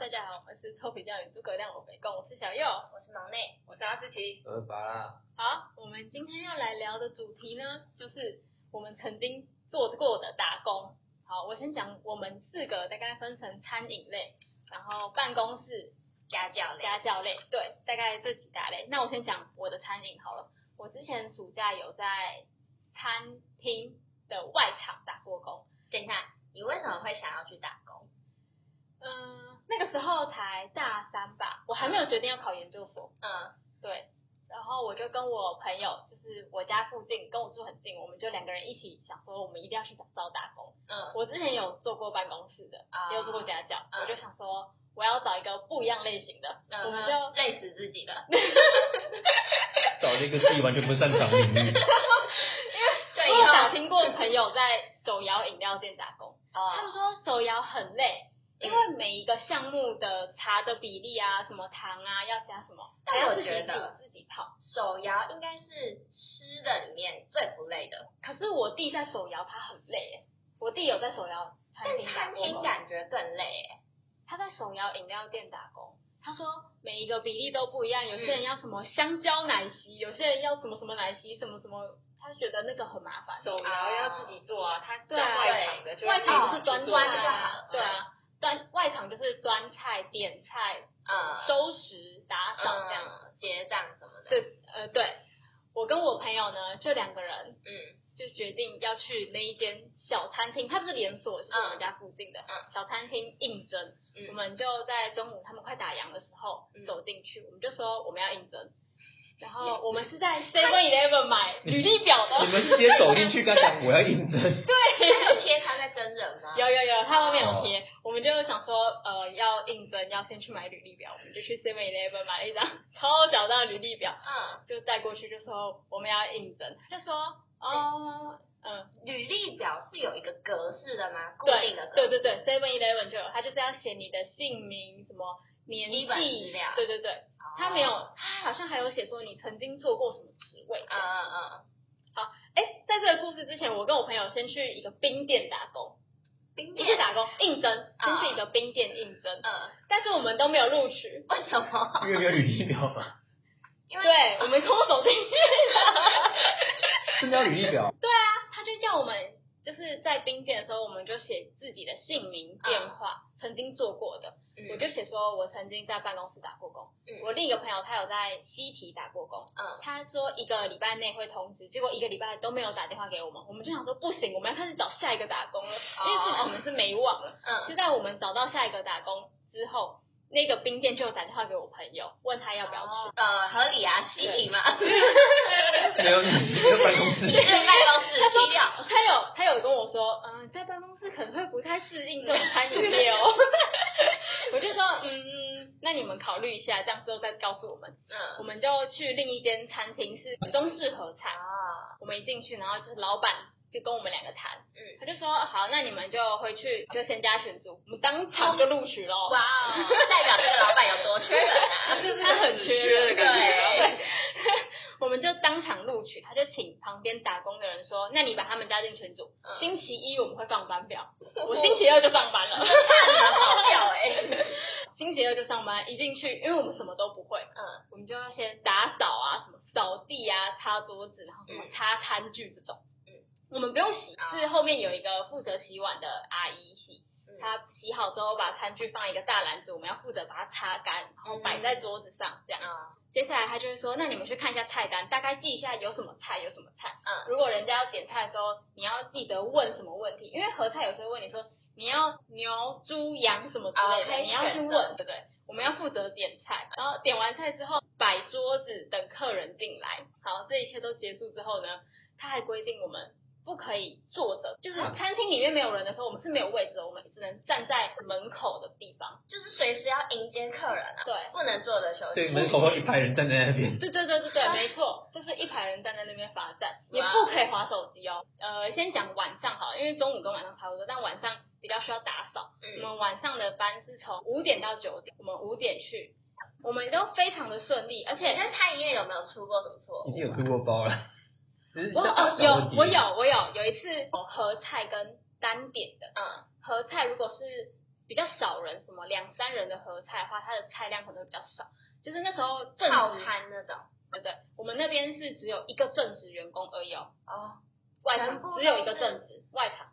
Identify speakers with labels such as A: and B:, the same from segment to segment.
A: 大家好，我们是臭皮匠与诸葛亮，我北贡，我是小右，我是忙内，我是阿志奇。
B: 呃，拔啦，
A: 好，我们今天要来聊的主题呢，就是我们曾经做过的打工。好，我先讲，我们四个大概分成餐饮类，然后办公室、
C: 家教类，
A: 家教类，对，大概这几大类。那我先讲我的餐饮好了，我之前暑假有在餐厅的外场打过工，
C: 等一下，你为什么会想要去打工？
A: 嗯，那个时候才大三吧，我还没有决定要考研究所。
C: 嗯，
A: 对，然后我就跟我朋友，就是我家附近，跟我住很近，我们就两个人一起想说，我们一定要去找找打工。
C: 嗯，
A: 我之前有做过办公室的，
C: 啊
A: 也有做过家教，
C: 嗯
A: 我就想说，我要找一个不一样类型的，
C: 嗯
A: 我们就
C: 累死自己了。
B: 找了一个自己完全不擅长领域，
C: 对，
A: 我
C: 以
A: 有打
C: 后
A: 听过朋友在手摇饮料店打工，他
C: 哦，
A: 们说手摇很累。因为
C: 嗯
A: 每一个项目的茶的比例啊，什么糖啊，要加什么，
C: 但
A: 还要
C: 我
A: 自己
C: 觉
A: 煮
C: 得
A: 自己泡。
C: 手摇应该是吃的里面最不累的，
A: 可是我弟在手摇，他很累耶。我弟有在手摇餐
C: 但
A: 厅打
C: 餐
A: 过
C: 厅
A: 工，
C: 感觉更累耶。
A: 他在手摇饮料店打工。他说每一个比例都不一样，有些人要什么香蕉奶昔，有些人要什么什么奶昔，什么什么，他觉得那个很麻烦。
D: 手摇要自己做啊，他
A: 对啊
D: 在外场的就
A: 外
C: 场
A: 场是
C: 哦
A: 端
C: 就
A: 端
C: 是
A: 菜
C: 就好
A: 啊
C: 了，
A: 对啊，端外场就是端菜、点菜、
C: 嗯，
A: 收拾、打扫这样。
C: 嗯，结账什么的。
A: 对，呃，对，我跟我朋友呢，就两个人，
C: 嗯
A: 就决定要去那一间小餐厅，它不是连锁，就是我们家附近的、
C: 嗯
A: 小餐厅应征。
C: 嗯
A: 我们就在中午他们快打烊的时候、
C: 嗯
A: 走进去，我们就说我们要应征。然后我们是在 Seven Eleven 买履历表 的，
B: 你们直接走进去跟他讲我要应征，
C: 对，贴他在真人 吗？
A: 有有有，他外面有贴。我们就想说，呃，要应征要先去买履历表，我们就去 Seven Eleven 买了一张超小张的履历表，
C: 嗯，
A: 就带过去，就说我们要应征，就说哦，嗯，
C: 履历表是有一个格式的吗？固
A: 对
C: 定的格
A: 对
C: 式。
A: 对对，Seven Eleven 就有，他就是要写你的姓名、什么年纪
C: 基本资料
A: 对对对，
C: 哦
A: 他没有，他好像还有写说你曾经做过什么职位。
C: 嗯嗯嗯，
A: 哎、在这个故事之前，我跟我朋友先去一个冰店打工，
C: 冰
A: 不是
C: 店。
A: 打工应征，先去一个冰店应征，
C: 嗯，
A: 但是我们都没有录取。
C: 为什么？
B: 因为没有履历表 嘛，
C: 因为
A: 对，我们偷走进去，
B: 真的要履历表，
A: 他就叫我们就是在冰店的时候，我们就写自己的姓名、电话、曾经做过的，
C: 嗯
A: 我就写说我曾经在办公室打过工。
C: 嗯
A: 我另一个朋友他有在西提打过工，
C: 嗯
A: 他说一个礼拜内会通知，结果一个礼拜都没有打电话给我们，我们就想说不行，我们要开始找下一个打工了，因为至少我们是没忘了。就
C: 嗯
A: 在我们找到下一个打工之后，那个冰店就有打电话给我朋友，问他要不要去。
C: 呃合理啊，七体嘛，
B: 没有没有办公室，
C: 就是办公室踢掉。
A: 他有他有跟我说，嗯，在办公室可能会不太适应这种餐饮业哦。 我就说，嗯，那你们考虑一下，这样之后再告诉我们。
C: 嗯
A: 我们就去另一间餐厅，是中式合菜。
C: 啊，
A: 我们一进去，然后就是老板就跟我们两个谈，
C: 嗯，
A: 他就说，好，那你们就回去就先加群组，我们当场就录取喽。
C: 哇哦，代表这个老板有多缺人啊！
A: 就是他很缺
D: 对
A: 人，
C: 对，
A: 我们就当场录取，他就请旁边打工的人说：“那你把他们加进群组，
C: 嗯
A: 星期一我们会放班 表，我星期二就上班了，
C: 怕你们 跑掉哎。
A: 星期二就上班。一进去，因为我们什么都不会，
C: 嗯
A: 我们就要先打扫啊，什么扫地啊、擦桌子，然后什么
C: 嗯
A: 擦餐具这种。
C: 嗯
A: 我们不用洗，
C: 啊
A: 是后面有一个负责洗碗的阿姨洗，
C: 嗯
A: 她洗好之后把餐具放一个大篮子，我们要负责把它擦干，然
C: 嗯
A: 后摆在桌子上这样。
C: 啊，
A: 接下来他就会说，那你们去看一下菜单，大概记一下有什么菜，有什么菜。
C: 嗯
A: 如果人家要点菜的时候，你要记得问什么问题，因为合菜有时候问你说你要牛、猪、羊什么之类
C: 哦可
A: 的，
C: 以
A: 你要去
C: 选
A: 问，对不对？我们要负责点菜，然后点完菜之后摆桌子等客人进来。好，这一切都结束之后呢，他还规定我们。不可以坐着，就是
C: 嗯
A: 餐厅里面没有人的时候，我们是没有位置的，我们只能站在门口的地方。
C: 就是随时要迎接客人啊，
A: 对，
C: 不能坐着休息。
B: 所以门口会有一排人站在那边，
A: 对对对对对，没错，就是一排人站在那边罚站，也
C: 哇
A: 不可以划手机哦。呃，先讲晚上好了，因为中午跟晚上差不多，但晚上比较需要打扫。我
C: 嗯
A: 们晚上的班是从五点到九点，我们五点去，我们都非常的顺利，而
C: 你
A: 且
C: 在餐饮业有没有出过什么错
A: 嗯
B: 一
C: 误？
B: 定有出过包了，只是
A: 我
B: 大
A: 哦
B: 小问
A: 有
B: 题
A: 我有我有有一次我合菜跟单点的
C: 嗯
A: 合菜，如果是比较少人，什么两三人的合菜的话，它的菜量可能会比较少。就是那时候正
C: 套
A: 职，
C: 餐那种
A: 对不对？我们那边是只有一个正职员工而已哦，
C: 哦，
A: 外
C: 全部
A: 场
C: 都
A: 只有一个
C: 是哦
A: 正职，外场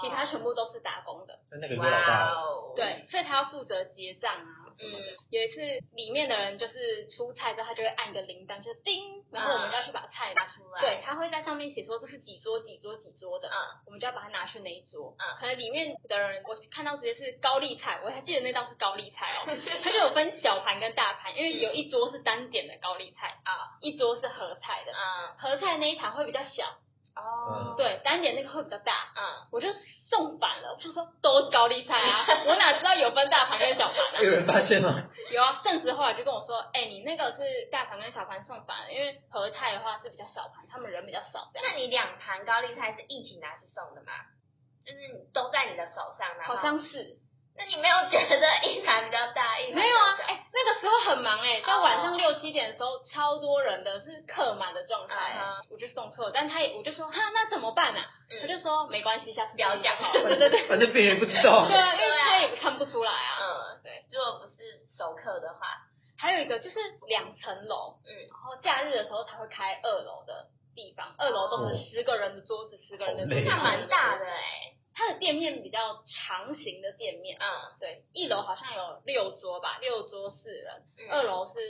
A: 其他全部都是打工的。
B: 但那个是
C: 哇
B: 老大了，
C: 哦，，嗯
A: 对，所以他要负责结账啊什么的。有一次里面的人就是出菜之后，他就会按一个铃铛，就叮，然后我们就要去把菜拿
C: 拿嗯出来，
A: 对，他会在上面写说这是几桌几桌几桌的，
C: 嗯，
A: 我们就要把它拿去哪一桌。
C: 嗯，
A: 可能里面的人我看到直接是高丽菜，我还记得那道是高丽 菜哦，它就有分小盘跟大盘，因为
C: 嗯
A: 有一桌是单点的高丽菜啊，一桌是合菜的。
C: 嗯，
A: 合菜那一盘会比较小，
B: 哦
A: 对，啊单点那个会比较大，
C: 嗯，
A: 我就送反了，我就说都是高丽菜 啊，我哪知道有分大盘跟小盘啊？
B: 有人发现吗？
A: 有啊，正直后来就跟我说，哎、你那个是大盘跟小盘送反了，因为合菜的话是比较小盘，他们人比较少这样。
C: 那你两盘高丽菜是一起拿去送的吗？就是你都在你的手上，然后
A: 好像是
C: 那你没有觉得一盘比较大，一盘
A: 没
C: 比较
A: 有啊，
C: 小
A: 哎、那个时候很忙哎、到晚上六七点的时候，超多人的是客满的状态、
C: 嗯
A: 我就送错，但他也我就说哈，那怎么办啊？
C: 嗯
A: 他就说没关系，下次
C: 不要
A: 自己
C: 讲
A: 好了对对对，
B: 反正别人不知道
A: 对。啊，因为
C: 对啊
A: 他也看不出来啊。
C: 嗯，
A: 对。
C: 如果不是熟客的话，
A: 还有一个就是两层楼，
C: 嗯
A: 然后假日的时候才会开二楼的地方，二楼都是
B: 哦
A: 十个人的桌子，十个人的
B: 好
A: 桌子，
B: 累啊对
C: 那蛮大的哎、
A: 它的店面比较长型的店面，
C: 嗯
A: 对，一楼好像有六桌吧，六桌四人，
C: 嗯
A: 二楼是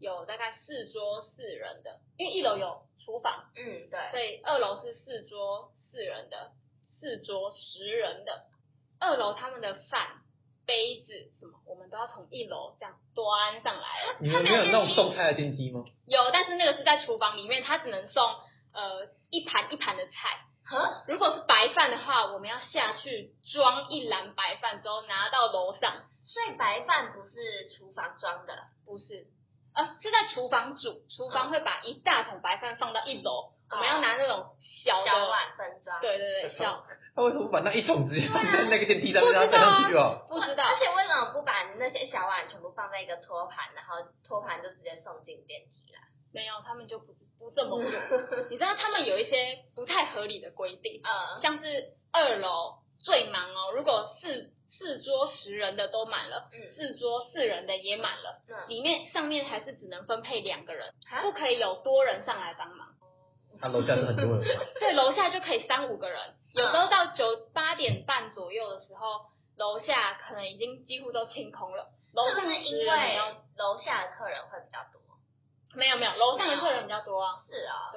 A: 有大概四桌四人的，因为一楼有厨房，
C: 嗯，对，
A: 所以二楼是四桌四人的，四桌十人的。二楼他们的饭、杯子什么，我们都要从一楼这样端上来了。
B: 你们没有那种送菜的电梯吗？
A: 有，但是那个是在厨房里面，他只能送呃一盘一盘的菜。
C: 呵，
A: 如果是白饭的话，我们要下去装一篮白饭之后拿到楼上，
C: 所以白饭不是厨房装的，嗯
A: 不是，呃，是在厨房煮，厨房会把一大桶白饭放到一楼，我们要拿那种小
C: 哦小
A: 的，
C: 碗分装，
A: 对对对， 小，
B: 他为什么把那一桶直接放在那个电梯上
A: 不知道啊
B: 面，然后站上去哦？
A: 不知道，
C: 而且为什么不把那些小碗全部放在一个托盘，然后托盘就直接送进电梯啦？
A: 没有，他们就不不这么 做，你知道他们有一些不太合理的规定，
C: 嗯，
A: 像是二楼最忙哦，如果四四桌十人的都满了，
C: 嗯
A: 四桌四人的也满了，
C: 嗯
A: 里面上面还是只能分配两个人，
C: 啊
A: 不可以有多人上来帮忙。
B: 他楼下是很多人吗，
A: 对，楼下就可以三五个人，有时候到九八点半左右的时候，楼下可能已经几乎都清空了。楼
C: 是
A: 上
C: 不
A: 的
C: 是因为楼下的客人会比较多？
A: 没有没有，楼上的客人比较多啊，
C: 是啊、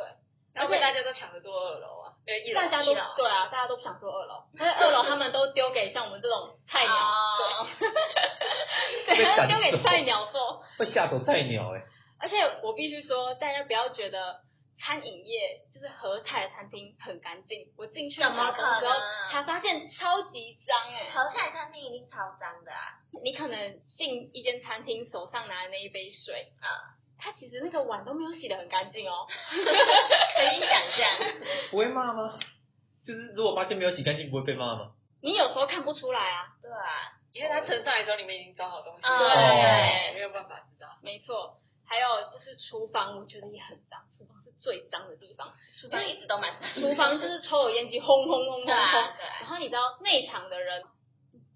D: 要不大家都抢着坐二楼啊，对，一楼
A: 大家都
C: 一楼
A: 对啊，大家都不想坐二楼，所以二楼他们都丢给像我们这种菜鸟，
C: 哦，
A: 对，
B: 被
A: 对，他们
B: 赶
A: 丢给
B: 走
A: 菜鸟坐。
B: 会吓走菜鸟哎。
A: 而且我必须说，大家不要觉得餐饮业就是和泰餐厅很干净。我进去
C: 怎
A: 打
C: 么
A: 工的时候
C: 可能，
A: 才发现超级脏哎、
C: 和菜餐厅一定超脏的啊！
A: 你可能进一间餐厅，手上拿的那一杯水啊，它其实那个碗都没有洗得很干净哦。
C: 可以想象，
B: 不会骂吗？就是如果发现没有洗干净，不会被骂吗？
A: 你有时候看不出来啊，
C: 对啊，
D: 因为他盛上来之后里面已经装好东西
C: 嗯
D: 了，
A: 对
D: 没有办法知道。
A: 没错。还有就是厨房，我觉得也很脏，厨房是最脏的地方。
C: 厨房一直都蛮
A: 厨房就是抽油烟机轰轰轰轰
C: 对啊
A: 轰，
C: 对啊，
A: 然后你知道内场的人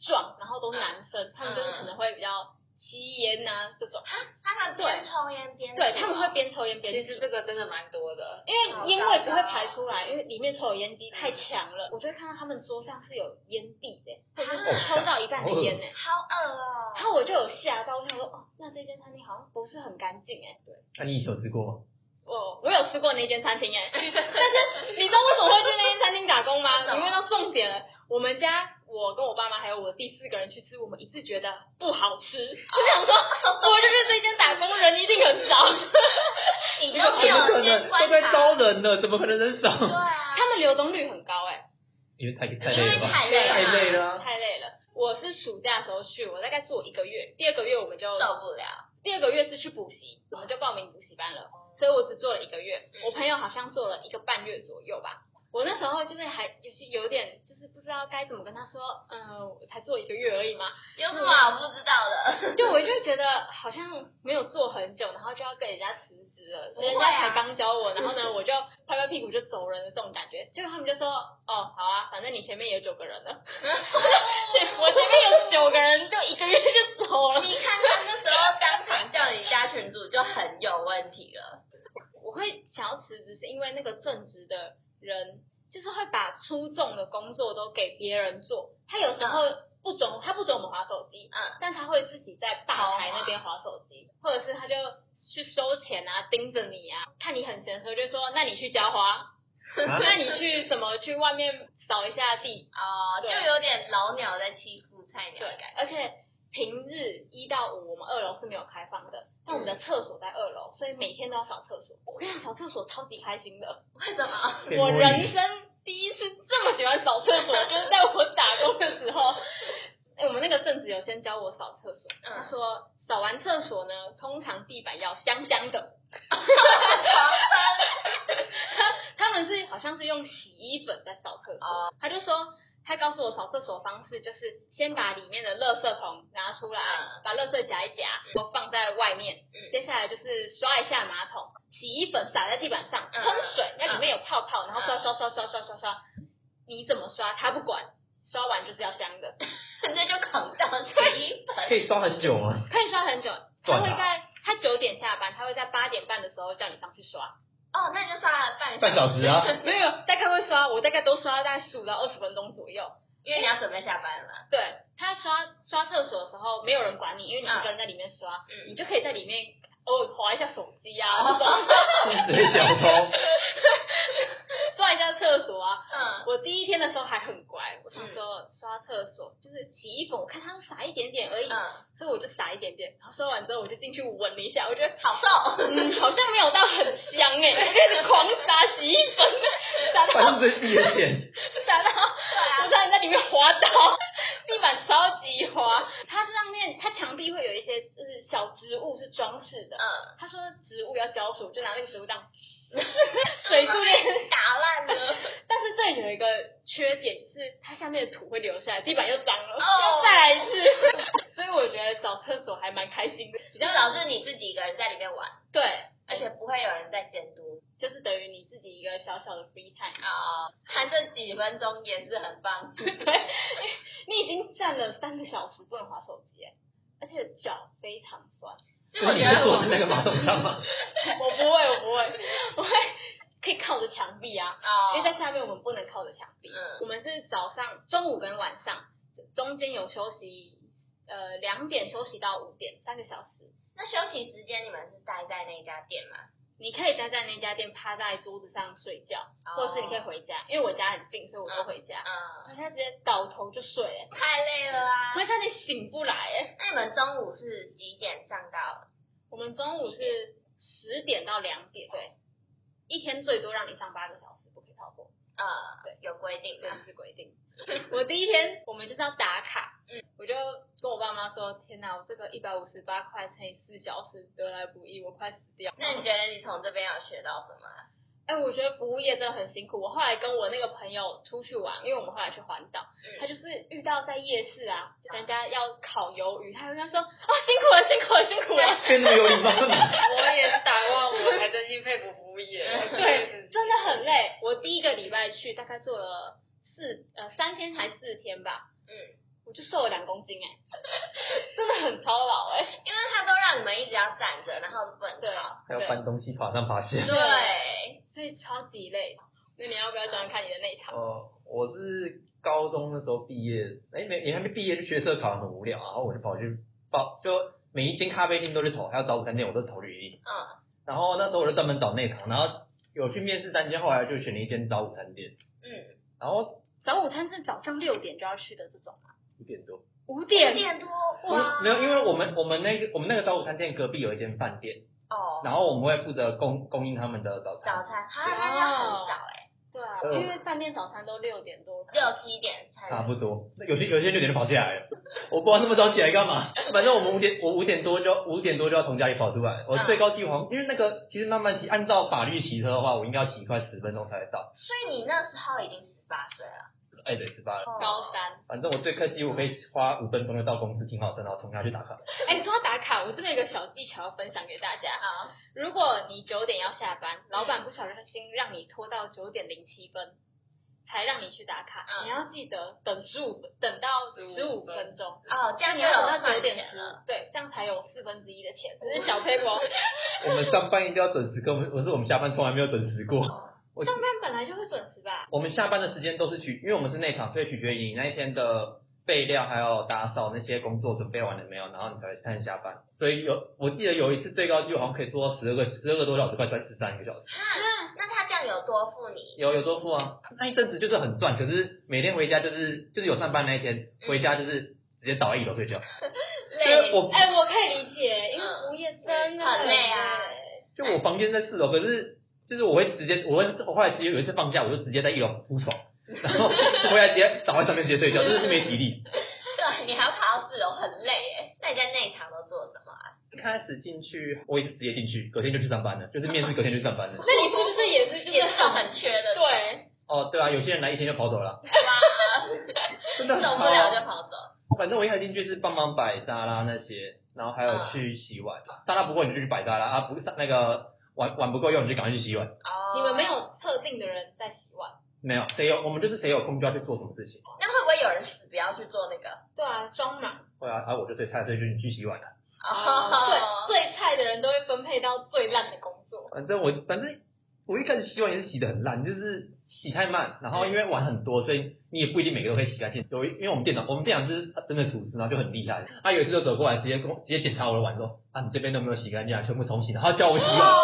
A: 壮，然后都男
D: 嗯
A: 生，他们就是可能会比较吸烟呐、这种，
C: 他们边抽烟边
A: 对他们会边抽烟边
D: 其
A: 吃
D: 实这个真的蛮多的，
A: 因为烟味不会排出来，因为里面抽油烟机
D: 嗯
A: 太强了。我就会看到他们桌上是有烟蒂的，或者是
D: 啊
A: 抽到一半的烟呢。欸
C: 好恶哦、
A: 然后我就有吓到，我想说，哦，那这间餐厅好像不是很干净哎。对，
B: 那你以前有吃过吗？
A: 哦我我有吃过那间餐厅 哎，但是你知道为什么会去那间餐厅打工 吗？你问到重点了。我们家我跟我爸妈还有我第四个人去吃，我们一致觉得不好吃。我想说，我就去这间打工，人一定很少。
C: 你
B: 怎
C: 都没
B: 么可能？
C: 有先
B: 都
C: 观
B: 在
C: 察，
B: 招人了，怎么可能人
C: 对
B: 少？
C: 啊，
A: 他们流动率很高哎。
B: 因为太太累
C: 因为
B: 了吧？
C: 啊太累了，
B: 太累了啊。
A: 太累了。我是暑假的时候去，我大概做一个月，第二个月我们就
C: 受不了，
A: 第二个月是去补习，我们就报名补习班了，所以我只做了一个月。
C: 嗯
A: 我朋友好像做了一个半月左右吧。我那时候就是还有些有点就是不知道该怎么跟他说，嗯、我才做一个月而已嘛，
C: 有什么好不知道的？
A: 就我就觉得好像没有做很久，然后就要跟人家辞职职了，
C: 不会啊
A: 人家才刚教我，然后 呢，我就拍拍屁股就走人的这种感觉。结果他们就说，哦，好啊，反正你前面有九个人 了， 我前面有九个人，就一个月就走了。
C: 你看他那时候当场叫你加群主就很有问题了。
A: 我会想要辞职，是因为那个正职的人就是会把出众的工作都给别人做，他有时候不准、他不准我们划手机，
C: 嗯，
A: 但他会自己在吧台那边划手机，或者是他就去收钱啊，盯着你啊，看你很闲的时候就说，那你去浇花，
B: 啊
A: 那你去什么去外面扫一下地，
C: 哦，就
A: 对
C: 有点老鸟在欺负菜鸟
A: 对
C: 的感，觉。
A: 而且。平日一到五，我们二楼是没有开放的，但我们的厕所在二楼，所以每天都要扫厕所。我跟你讲，扫厕所超级开心的。
C: 为什么？
B: 变
A: 我
B: 摸鱼
A: 人生第一次这么喜欢扫厕所，就是在我打工的时候。哎我们那个正职有先教我扫厕所，
C: 嗯
A: 他说扫完厕所呢，通常地板要香香 的。他们是好像是用洗衣粉在扫厕所，
C: 哦
A: 他就说。他告诉我扫厕所方式就是先把里面的垃圾桶拿出来，
C: 嗯
A: 把垃圾夹一夹，我放在外面。接下来就是刷一下马桶，洗衣粉洒在地板上，
C: 嗯
A: 喷水，那里面有泡泡，然后刷刷刷刷刷刷刷，你怎么刷他不管，刷完就是要香的，
C: 那就恐到洗衣
B: 可
C: 粉。
B: 以刷很久吗？
A: 可以刷很久。他
B: 断
A: 会
B: 了
A: 在他九点下班，他会在八点半的时候叫你上去刷，
C: 哦，那就刷了半
B: 半
C: 小时，
B: 小时啊，
A: 没有大概会刷，我大概都刷大概十五到二十分钟左右。
C: 因为你要准备下班了。
A: 对他刷刷厕所的时候，没有人管你，因为你一个人在里面刷，
C: 嗯
A: 你就可以在里面偶尔划一下手机 啊，
B: 是谁小偷？
A: 刷一下厕所啊，
C: 嗯，
A: 我第一天的时候还很乖，我想说刷厕所就是洗衣粉，我看它撒一点点而已，
C: 嗯，
A: 所以我就撒一点点，然后刷完之后我就进去闻了一下，我觉得
C: 好 瘦。
A: 嗯好像没有到很香哎、我就开始狂撒洗衣粉，撒
B: 反
A: 到
B: 正这是自己的钱，
A: 撒到我差点在里面滑倒，地板超级滑，它上面它墙壁会有一些就是小植物是装饰的，
C: 嗯，
A: 他说植物要浇水，我就拿那个植物当水柱在
C: 打烂了。
A: 但是这里有一个缺点，就是它下面的土会留下来，地板又脏了，
C: 哦
A: 要再来一次。 所以我觉得找厕所还蛮开心的，比
C: 比较
A: 较
C: 老是你自己一个人在里面玩，
A: 对，
C: 而且不会有人在监督。
A: 就是等于你自己一个小小的 free time，啊
C: 哦，谈这几分钟也是很棒。
A: 嗯你已经站了三个小时不能滑手机耶，而且脚非常酸。
C: 所以
B: 所
C: 我
B: 以你
C: 觉
B: 是
C: 得
B: 坐
C: 我
B: 在那个马桶上吗？
A: 我不会，我不会， 我会可以靠着墙壁啊，因为
C: 哦，
A: 在下面我们不能靠着墙壁，
C: 嗯
A: 我们是早上、中午跟晚上，中间有休息，呃，两点休息到五点，三个小时。
C: 那休息时间你们是待在那家店吗？
A: 你可以待在那家店，趴在桌子上睡觉，或者是你可以回家，因为我家很近，所以我都回家。
C: 哦嗯，
A: 我现在直接倒头就睡、欸，
C: 太累了啊
A: 我。会差点醒不来、欸。
C: 那你们中午是几点上到？
A: 我们中午是十点到两点，对，一天最多让你上八个小时，不可以超过，
C: 呃，
A: 对
C: 有规定
A: 这
C: 吗？
A: 是规定。 我第一天我们就是要打卡，嗯，我就跟我爸妈说，天哪，我这个一百五十八块乘以四小时得来不易，我快死掉。
C: 那你觉得你从这边有学到什么啊？
A: 哎、我觉得服务业真的很辛苦。我后来跟我那个朋友出去玩，因为我们后来去环岛，
C: 嗯
A: 他就是遇到在夜市啊，人家要烤鱿鱼，他就跟他说啊，辛苦了，辛苦了，辛苦了，
B: 变那么有礼貌你？
D: 我也是打工，我还真心佩服服务业， 对，
A: 真的很累。我第一个礼拜去，大概做了四呃三天还四天吧，
C: 嗯，
A: 我就瘦了两公斤、哎，真的很操劳哎、
C: 因为他都让你们一直要站着，然后不能
A: 对
C: 靠。
B: 还要搬东西爬上爬下。
C: 对，
A: 所以超级累。那你要不要讲讲看你的那一场？
B: 哦，我是高中的时候毕业，哎，没你还没毕业就学社考很无聊，然后我就跑去报，就每一间咖啡厅都去投，还有早午餐店我都投履历。
C: 嗯
B: 然后那时候我就专门找内场，然后有去面试三间，后来就选了一间早午餐店，
C: 嗯，
B: 然后
A: 早午餐是早上六点就要去的这种吗？
B: 五点多，
A: 五
C: 五
A: 点
C: 点多哇，
B: 没有，因为我们我们那个我们那个早午餐店隔壁有一间饭店，
C: 哦，
B: 然后我们会负责供供应他们的早餐
C: 早。餐，哈，那要很早哎，
A: 对啊，
B: 嗯
A: 因为饭店早餐都六点多，
C: 六七点才
B: 差不多，那有些有些六点就跑下来了， 我不知道那么早起来干嘛。反正我们五点，我五点多就五点多就要从家里跑出来。我最高计划，因为那个其实慢慢骑，按照法律骑车的话，我应该要骑快十分钟才会到。
C: 所以你那时候已经十八岁了，
B: 爱的十八了。
C: 哦
A: 高三。
B: 反正我最客气，我可以花五分钟就到公司停好车，然后冲下去打卡。
A: 哎、你说到打卡，我这边有一个小技巧要分享给大家。
C: 好，
A: 如果你九点要下班，老板不小心让你拖到九点零七分才让你去打卡，
C: 嗯
A: 你要记得等十五等到十五
D: 15
A: 分钟。
C: 哦，这样
A: 你
C: 就
A: 要等到
C: 有
A: 九
C: 赚
A: 点
C: 钱
A: 十
C: 了。，
A: 对，这样才有四分之一的钱。只是小 paper，
B: 我们上班一定要准时，跟我们我是我们下班从来没有准时过。我
A: 上班本来就会准时吧？
B: 我们下班的时间都是取，因为我们是内场，所以取决于你那一天的备料还有打扫那些工作准备完了没有，然后你才会看下班。所以有我记得有一次最高纪录好像可以做到十二个十二个多小时，快三十三个小时，
C: 那那他这样有多付你？
B: 有有多付啊？那一阵子就是很赚，可是每天回家就是就是有上班那一天回家就是直接倒在一楼睡觉。
C: 累
B: 因为我
A: 哎、我可以理解，因为
C: 嗯
A: 服务业真的
C: 很累啊
B: 就我房间在四楼，可是就是我会直接，我会我后来直接有一次放假，我就直接在一楼铺床，然后回来直接倒在上面直接睡觉，真的是没体力。
C: 对，你还要爬到四楼，很累耶。那你在内场都做什么啊？
B: 一开始进去，我也是直接进去，隔天就去上班了，就是面试隔天就去上班了。
A: 那你是不是也是就
C: 也
A: 是
C: 是
A: 很
C: 很缺的，
A: 对？
B: 哦，对啊，有些人来一天就跑走 了，真的很
C: 啊受
B: 超
C: 不了就
B: 啊。
C: 跑走。
B: 反正我一开始进去是帮忙摆沙拉那些，然后还有
C: 嗯
B: 去洗碗，沙拉不够你就去摆沙拉啊，不那个碗碗不够用你就赶快去洗碗。
C: 哦
A: 你们没？有特定的人在洗碗？
B: 没有，谁有我们就是谁有空就要去做什么事情。
C: 那会不会有人死不要去做那个？
A: 对啊，装忙。
B: 对啊，然后我就最菜，所以就你去洗碗了。啊
A: 哦最最菜的人都会分配到最烂的工作。
B: 反正我反正我一开始洗碗也是洗的很烂，就是洗太慢，然后因为碗很多，所以你也不一定每个都可以洗干净。有一因为我们店长，我们店长就是真的厨师，然后就很厉害。他有一次就走过来，直接跟我直接检查我的碗说：“啊，你这边都没有洗干净，啊，全部重洗。”然后叫我洗 碗。
C: 哦，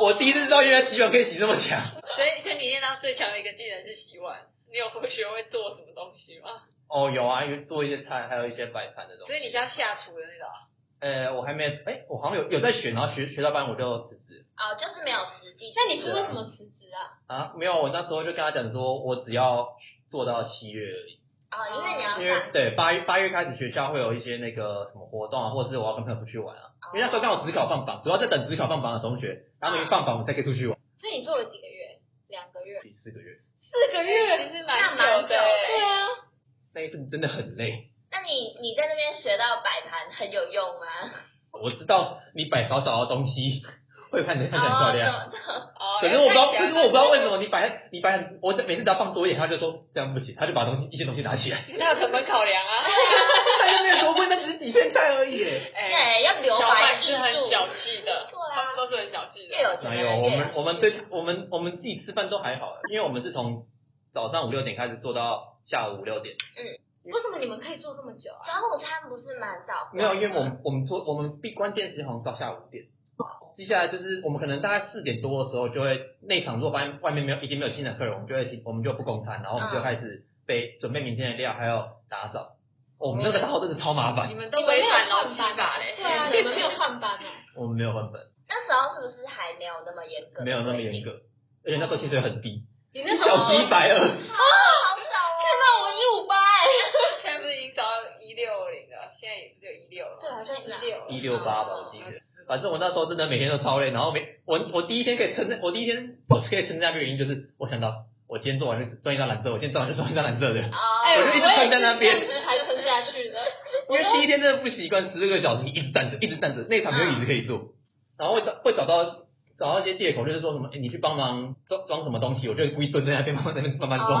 B: 我第一次知道原来洗碗可以洗这么强。
D: 所以，所以你练到最强的一个技能是洗碗。你有学会做什么东西吗？
B: 哦，有啊，有做一些菜，还有一些摆盘的东西。
D: 所以你是要下厨的那种啊。
B: 呃，我还没，哎、我好像有有在学，然后学学到班我就辞职
C: 哦，就是没有实际。
A: 那你是为什么辞职啊？
B: 啊，没有，我那时候就跟他讲说，我只要做到七月而已。
C: 哦，因为你要
B: 因为
C: 上
B: 对八月八月开始学校会有一些那个什么活动啊，或者是我要跟朋友出去玩啊。
C: 哦
B: 因为那时候刚好职考放榜，主要在等职考放榜的同学，他们一放榜我们才可以出去
C: 哦
B: 玩。
A: 所以你做了几个月？两个月？
B: 第四个月
A: 四个月？
D: 其实
C: 那蛮
D: 蛮久
C: 久
D: 的
C: 的
A: 对
D: 欸。
A: 啊，
B: 那一阵真的很累。
C: 那你你在那边学到摆盘很有用吗？
B: 我知道你摆少少的东西 会看起来看起来很漂亮，
C: 哦，懂
D: 哦
B: 可是我不知道，
D: 要
B: 可
D: 看
B: 是
D: 起来
B: 我不知道为什么你摆你摆，我每次只要放多一点，他就说这样不行，他就把东西一些东西拿起 来，
D: 那有成本考量 啊。
B: 他就没有说过那只是几片菜 而已耶。
D: 哎，
C: 耶，要留
D: 小
C: 白
D: 贩
C: 艺
D: 是很
C: 术，
D: 小气的，
C: 对啊
D: 他们都是很小气的
C: 越。有钱的
B: 没有，
C: 人
B: 哎我
C: 越
B: 们我们对我们我们自己吃饭都还好，啊因为我们是从早上五六点开始做到下午五六点。
A: 为什么你们可以做这么久啊？
C: 早午餐不是蛮早？
B: 没有，因为我们我们做我们闭关键时间好像到下午五点。接下来就是我们可能大概四点多的时候就会内场，如果发现外面没有已经没有新的客人，我们就会停我们就不供餐，然后我们就开始备准备明天的料，还有打扫。哦我们那个打扫真的超麻
D: 你
B: 烦，
D: 们
A: 你
D: 都
A: 们没
D: 违
A: 有
D: 反劳
A: 换
D: 基
A: 班啊
D: 法欸嘞。
A: 对啊，你们没有换班啊。
B: 我们没有换本，
C: 那时候是不是还没有那么严格？
B: 没有那么严。格，而且那时候薪水很低，
A: 你那
B: 一
A: 时候
B: 小时一百二。
C: 好少哦，看到我一五八哎。
D: 现在不是已经涨到一六零了，现在也不是有一六了。
A: 对，好像一六
B: 一六八吧，我记得。反正我那时候真的每天都超累，然后每我我第一天可以撑，我第一天我可以撑下去的原因就是我想到我今天做完就赚一张蓝色，我今天做完就赚一张蓝色的，
C: 哦，
A: 哎，
B: 我就一直站在那边
A: 我也是这样子还撑下去的。
B: 因为第一天真的不习惯十六个小时你一直站着一直站着，那场没有椅子可以坐，然后会找会找到找到一些借口，就是说什么哎你去帮忙装装什么东西，我就故意蹲在那边慢慢在那边慢慢装。
C: 哦，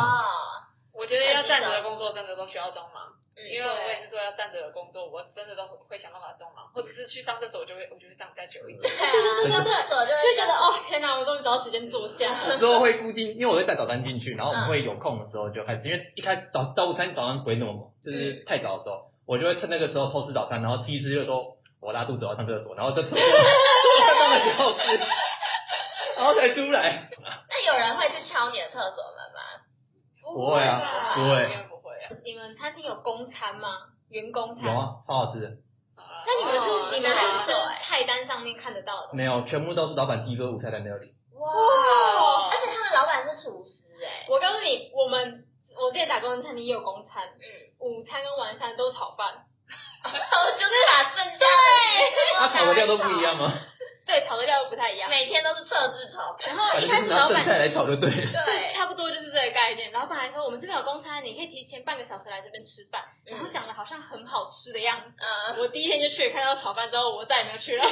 D: 我觉得要站着的
A: 哦
D: 工作真的都需要装忙，因为我
A: 啊嗯对嗯
D: 也是做要站着的工作，我真的都会想办法装忙，或者是去上厕所我就会，我就会上比较久一点。
C: 对
A: 真
C: 啊，
A: 的
C: 所就
A: 就
C: 会
A: 觉得哦，天哪，我终于找到时间坐下。
B: 我之后会固定，因为我会带早餐进去，然后我们会有空的时候就开始，因为一开始早早餐早上不会那么猛，就是太早的时候，我就会趁那个时候偷吃早餐，然后第一次就说我拉肚子我要上厕所，然后就 偷看到了以后吃，然后才出来。
C: 那有人会去敲你的厕所门吗？
B: 不会啊不会
D: 应该不会啊。
A: 你们餐厅有公餐吗？员工
B: 有
A: 餐？
B: 啊，超好吃的，
A: 那你们
D: 哦
A: 是你们
C: 那还
A: 是
C: 好
A: 吃
B: 啊
C: 哎
A: 菜单上面看得到的吗？
B: 没有，全部都是老板递桌午餐在那里。
C: 哇
D: 哇
C: 而且他们老板是厨师哎、
A: 我告诉你，我们我之前打工的餐厅也有公餐，午餐跟晚餐都是炒饭，
C: 我就是把剩下的哦
B: 啊他炒的料都不一样吗？
A: 对，炒的料又不太一样。
C: 每天都是测制炒饭，
A: 然后
B: 反
A: 一
B: 正
A: 开
B: 就是
A: 始
B: 拿
A: 老
B: 剩
A: 板
B: 菜来炒就对了。
A: 对，
C: 对，
A: 差不多就是这个概念。老板还说我们这边有公餐，你可以提前半个小时来这边吃饭，然后讲的好像很好吃的样子。
C: 嗯，
A: 我第一天就去，看到炒饭之后，我再也没有去了。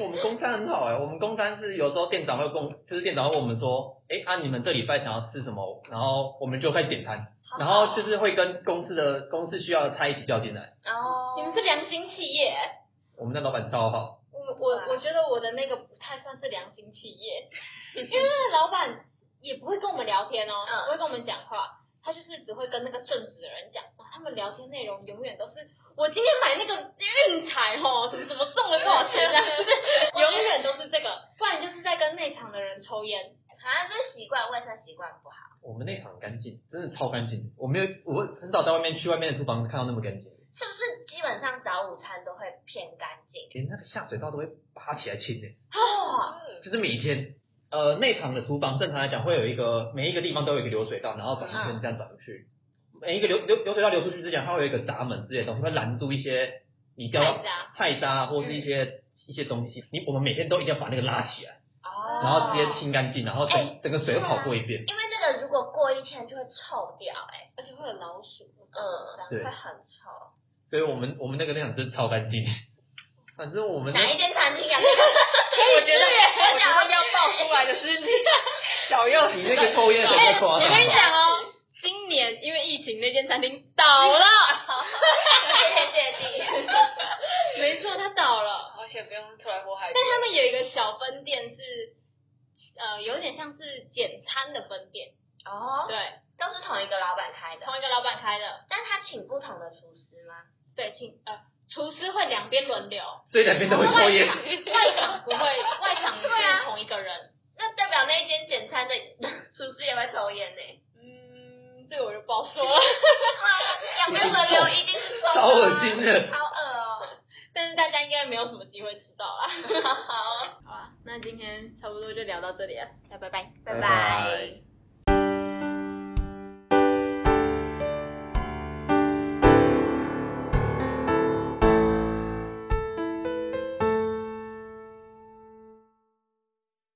B: 我们公餐很好哎、我们公餐是有时候店长会公，就是店长会问我们说，哎、啊你们这礼拜想要吃什么，然后我们就会点餐，然后就是会跟公司的公司需要的菜一起叫进来。
C: 然后
A: 你们是良心企业，
B: 我们的老板超好，
A: 我我我觉得我的那个不太算是良心企业，因为老板也不会跟我们聊天哦，
C: 嗯
A: 不会跟我们讲话。他就是只会跟那个正直的人讲，然后他们聊天内容永远都是我今天买那个运彩哦，怎么怎么中了多少钱这样子，永远都是这个，不然就是在跟内场的人抽烟，
C: 啊，这习惯卫生习惯不好，
B: 我们内场很干净，真的超干净。我没有，我很少在外面去外面的厨房看到那么干净，
C: 是不是基本上早午餐都会偏干净？
B: 连那个下水道都会拔起来清哎、
A: 啊
C: 哦，
B: 就是每天。呃，内场的厨房正常来讲会有一个，每一个地方都有一个流水道，然后转一圈这样转出去。每一个流流流水道流出去之前，它会有一个闸门之类的东西，会拦住一些你掉到
A: 太
C: 啊
A: 杂。
B: 菜渣或是一些、一些东西，你我们每天都一定要把那个拉起来，
C: 哦
B: 然后直接清干净，然后整、
C: 哎
B: 整个水都跑过一遍。
C: 因为那个如果过一天就会臭掉、哎，
A: 而且会有老鼠，
C: 嗯，
B: 对
C: 会很臭。
A: 啊
B: 所以我们我们那个量真的超干净。反正我们
C: 哪一
B: 那
C: 间餐厅 啊？
D: 我觉得
C: 然
D: 我觉
C: 后
D: 得要爆出来的是你小柚
B: 你那个抽烟的
A: 哎、
B: 太夸
A: 我
B: 张
A: 跟你
B: 了吧。
A: 讲哦，今年因为疫情，那间餐厅倒了，
C: 谢天谢地，
A: 没错，它倒了。
D: 而且不用出来祸害别人。
A: 但他们有一个小分店是，呃，有点像是简餐的分店，
C: 哦，
A: 对，
C: 都是同一个老板开的，
A: 同一个老板开的，
C: 但他请不同的厨师吗？
A: 对，请呃，厨师会两边轮流，
B: 所以两边都会抽烟
A: 外，场 外场不会，外场是
C: 对啊
A: 同一个人。
C: 那代表那间简餐的 厨师也会抽烟呢、
A: 嗯，这个我就不好说 了，
C: 两边轮流一定是臭，
B: 超恶心，的。
C: 好恶哦、
A: 但是大家应该没有什么机会吃到啦。
C: 好，
A: 啊好啊，那今天差不多就聊到这里了，那拜拜。
B: 拜拜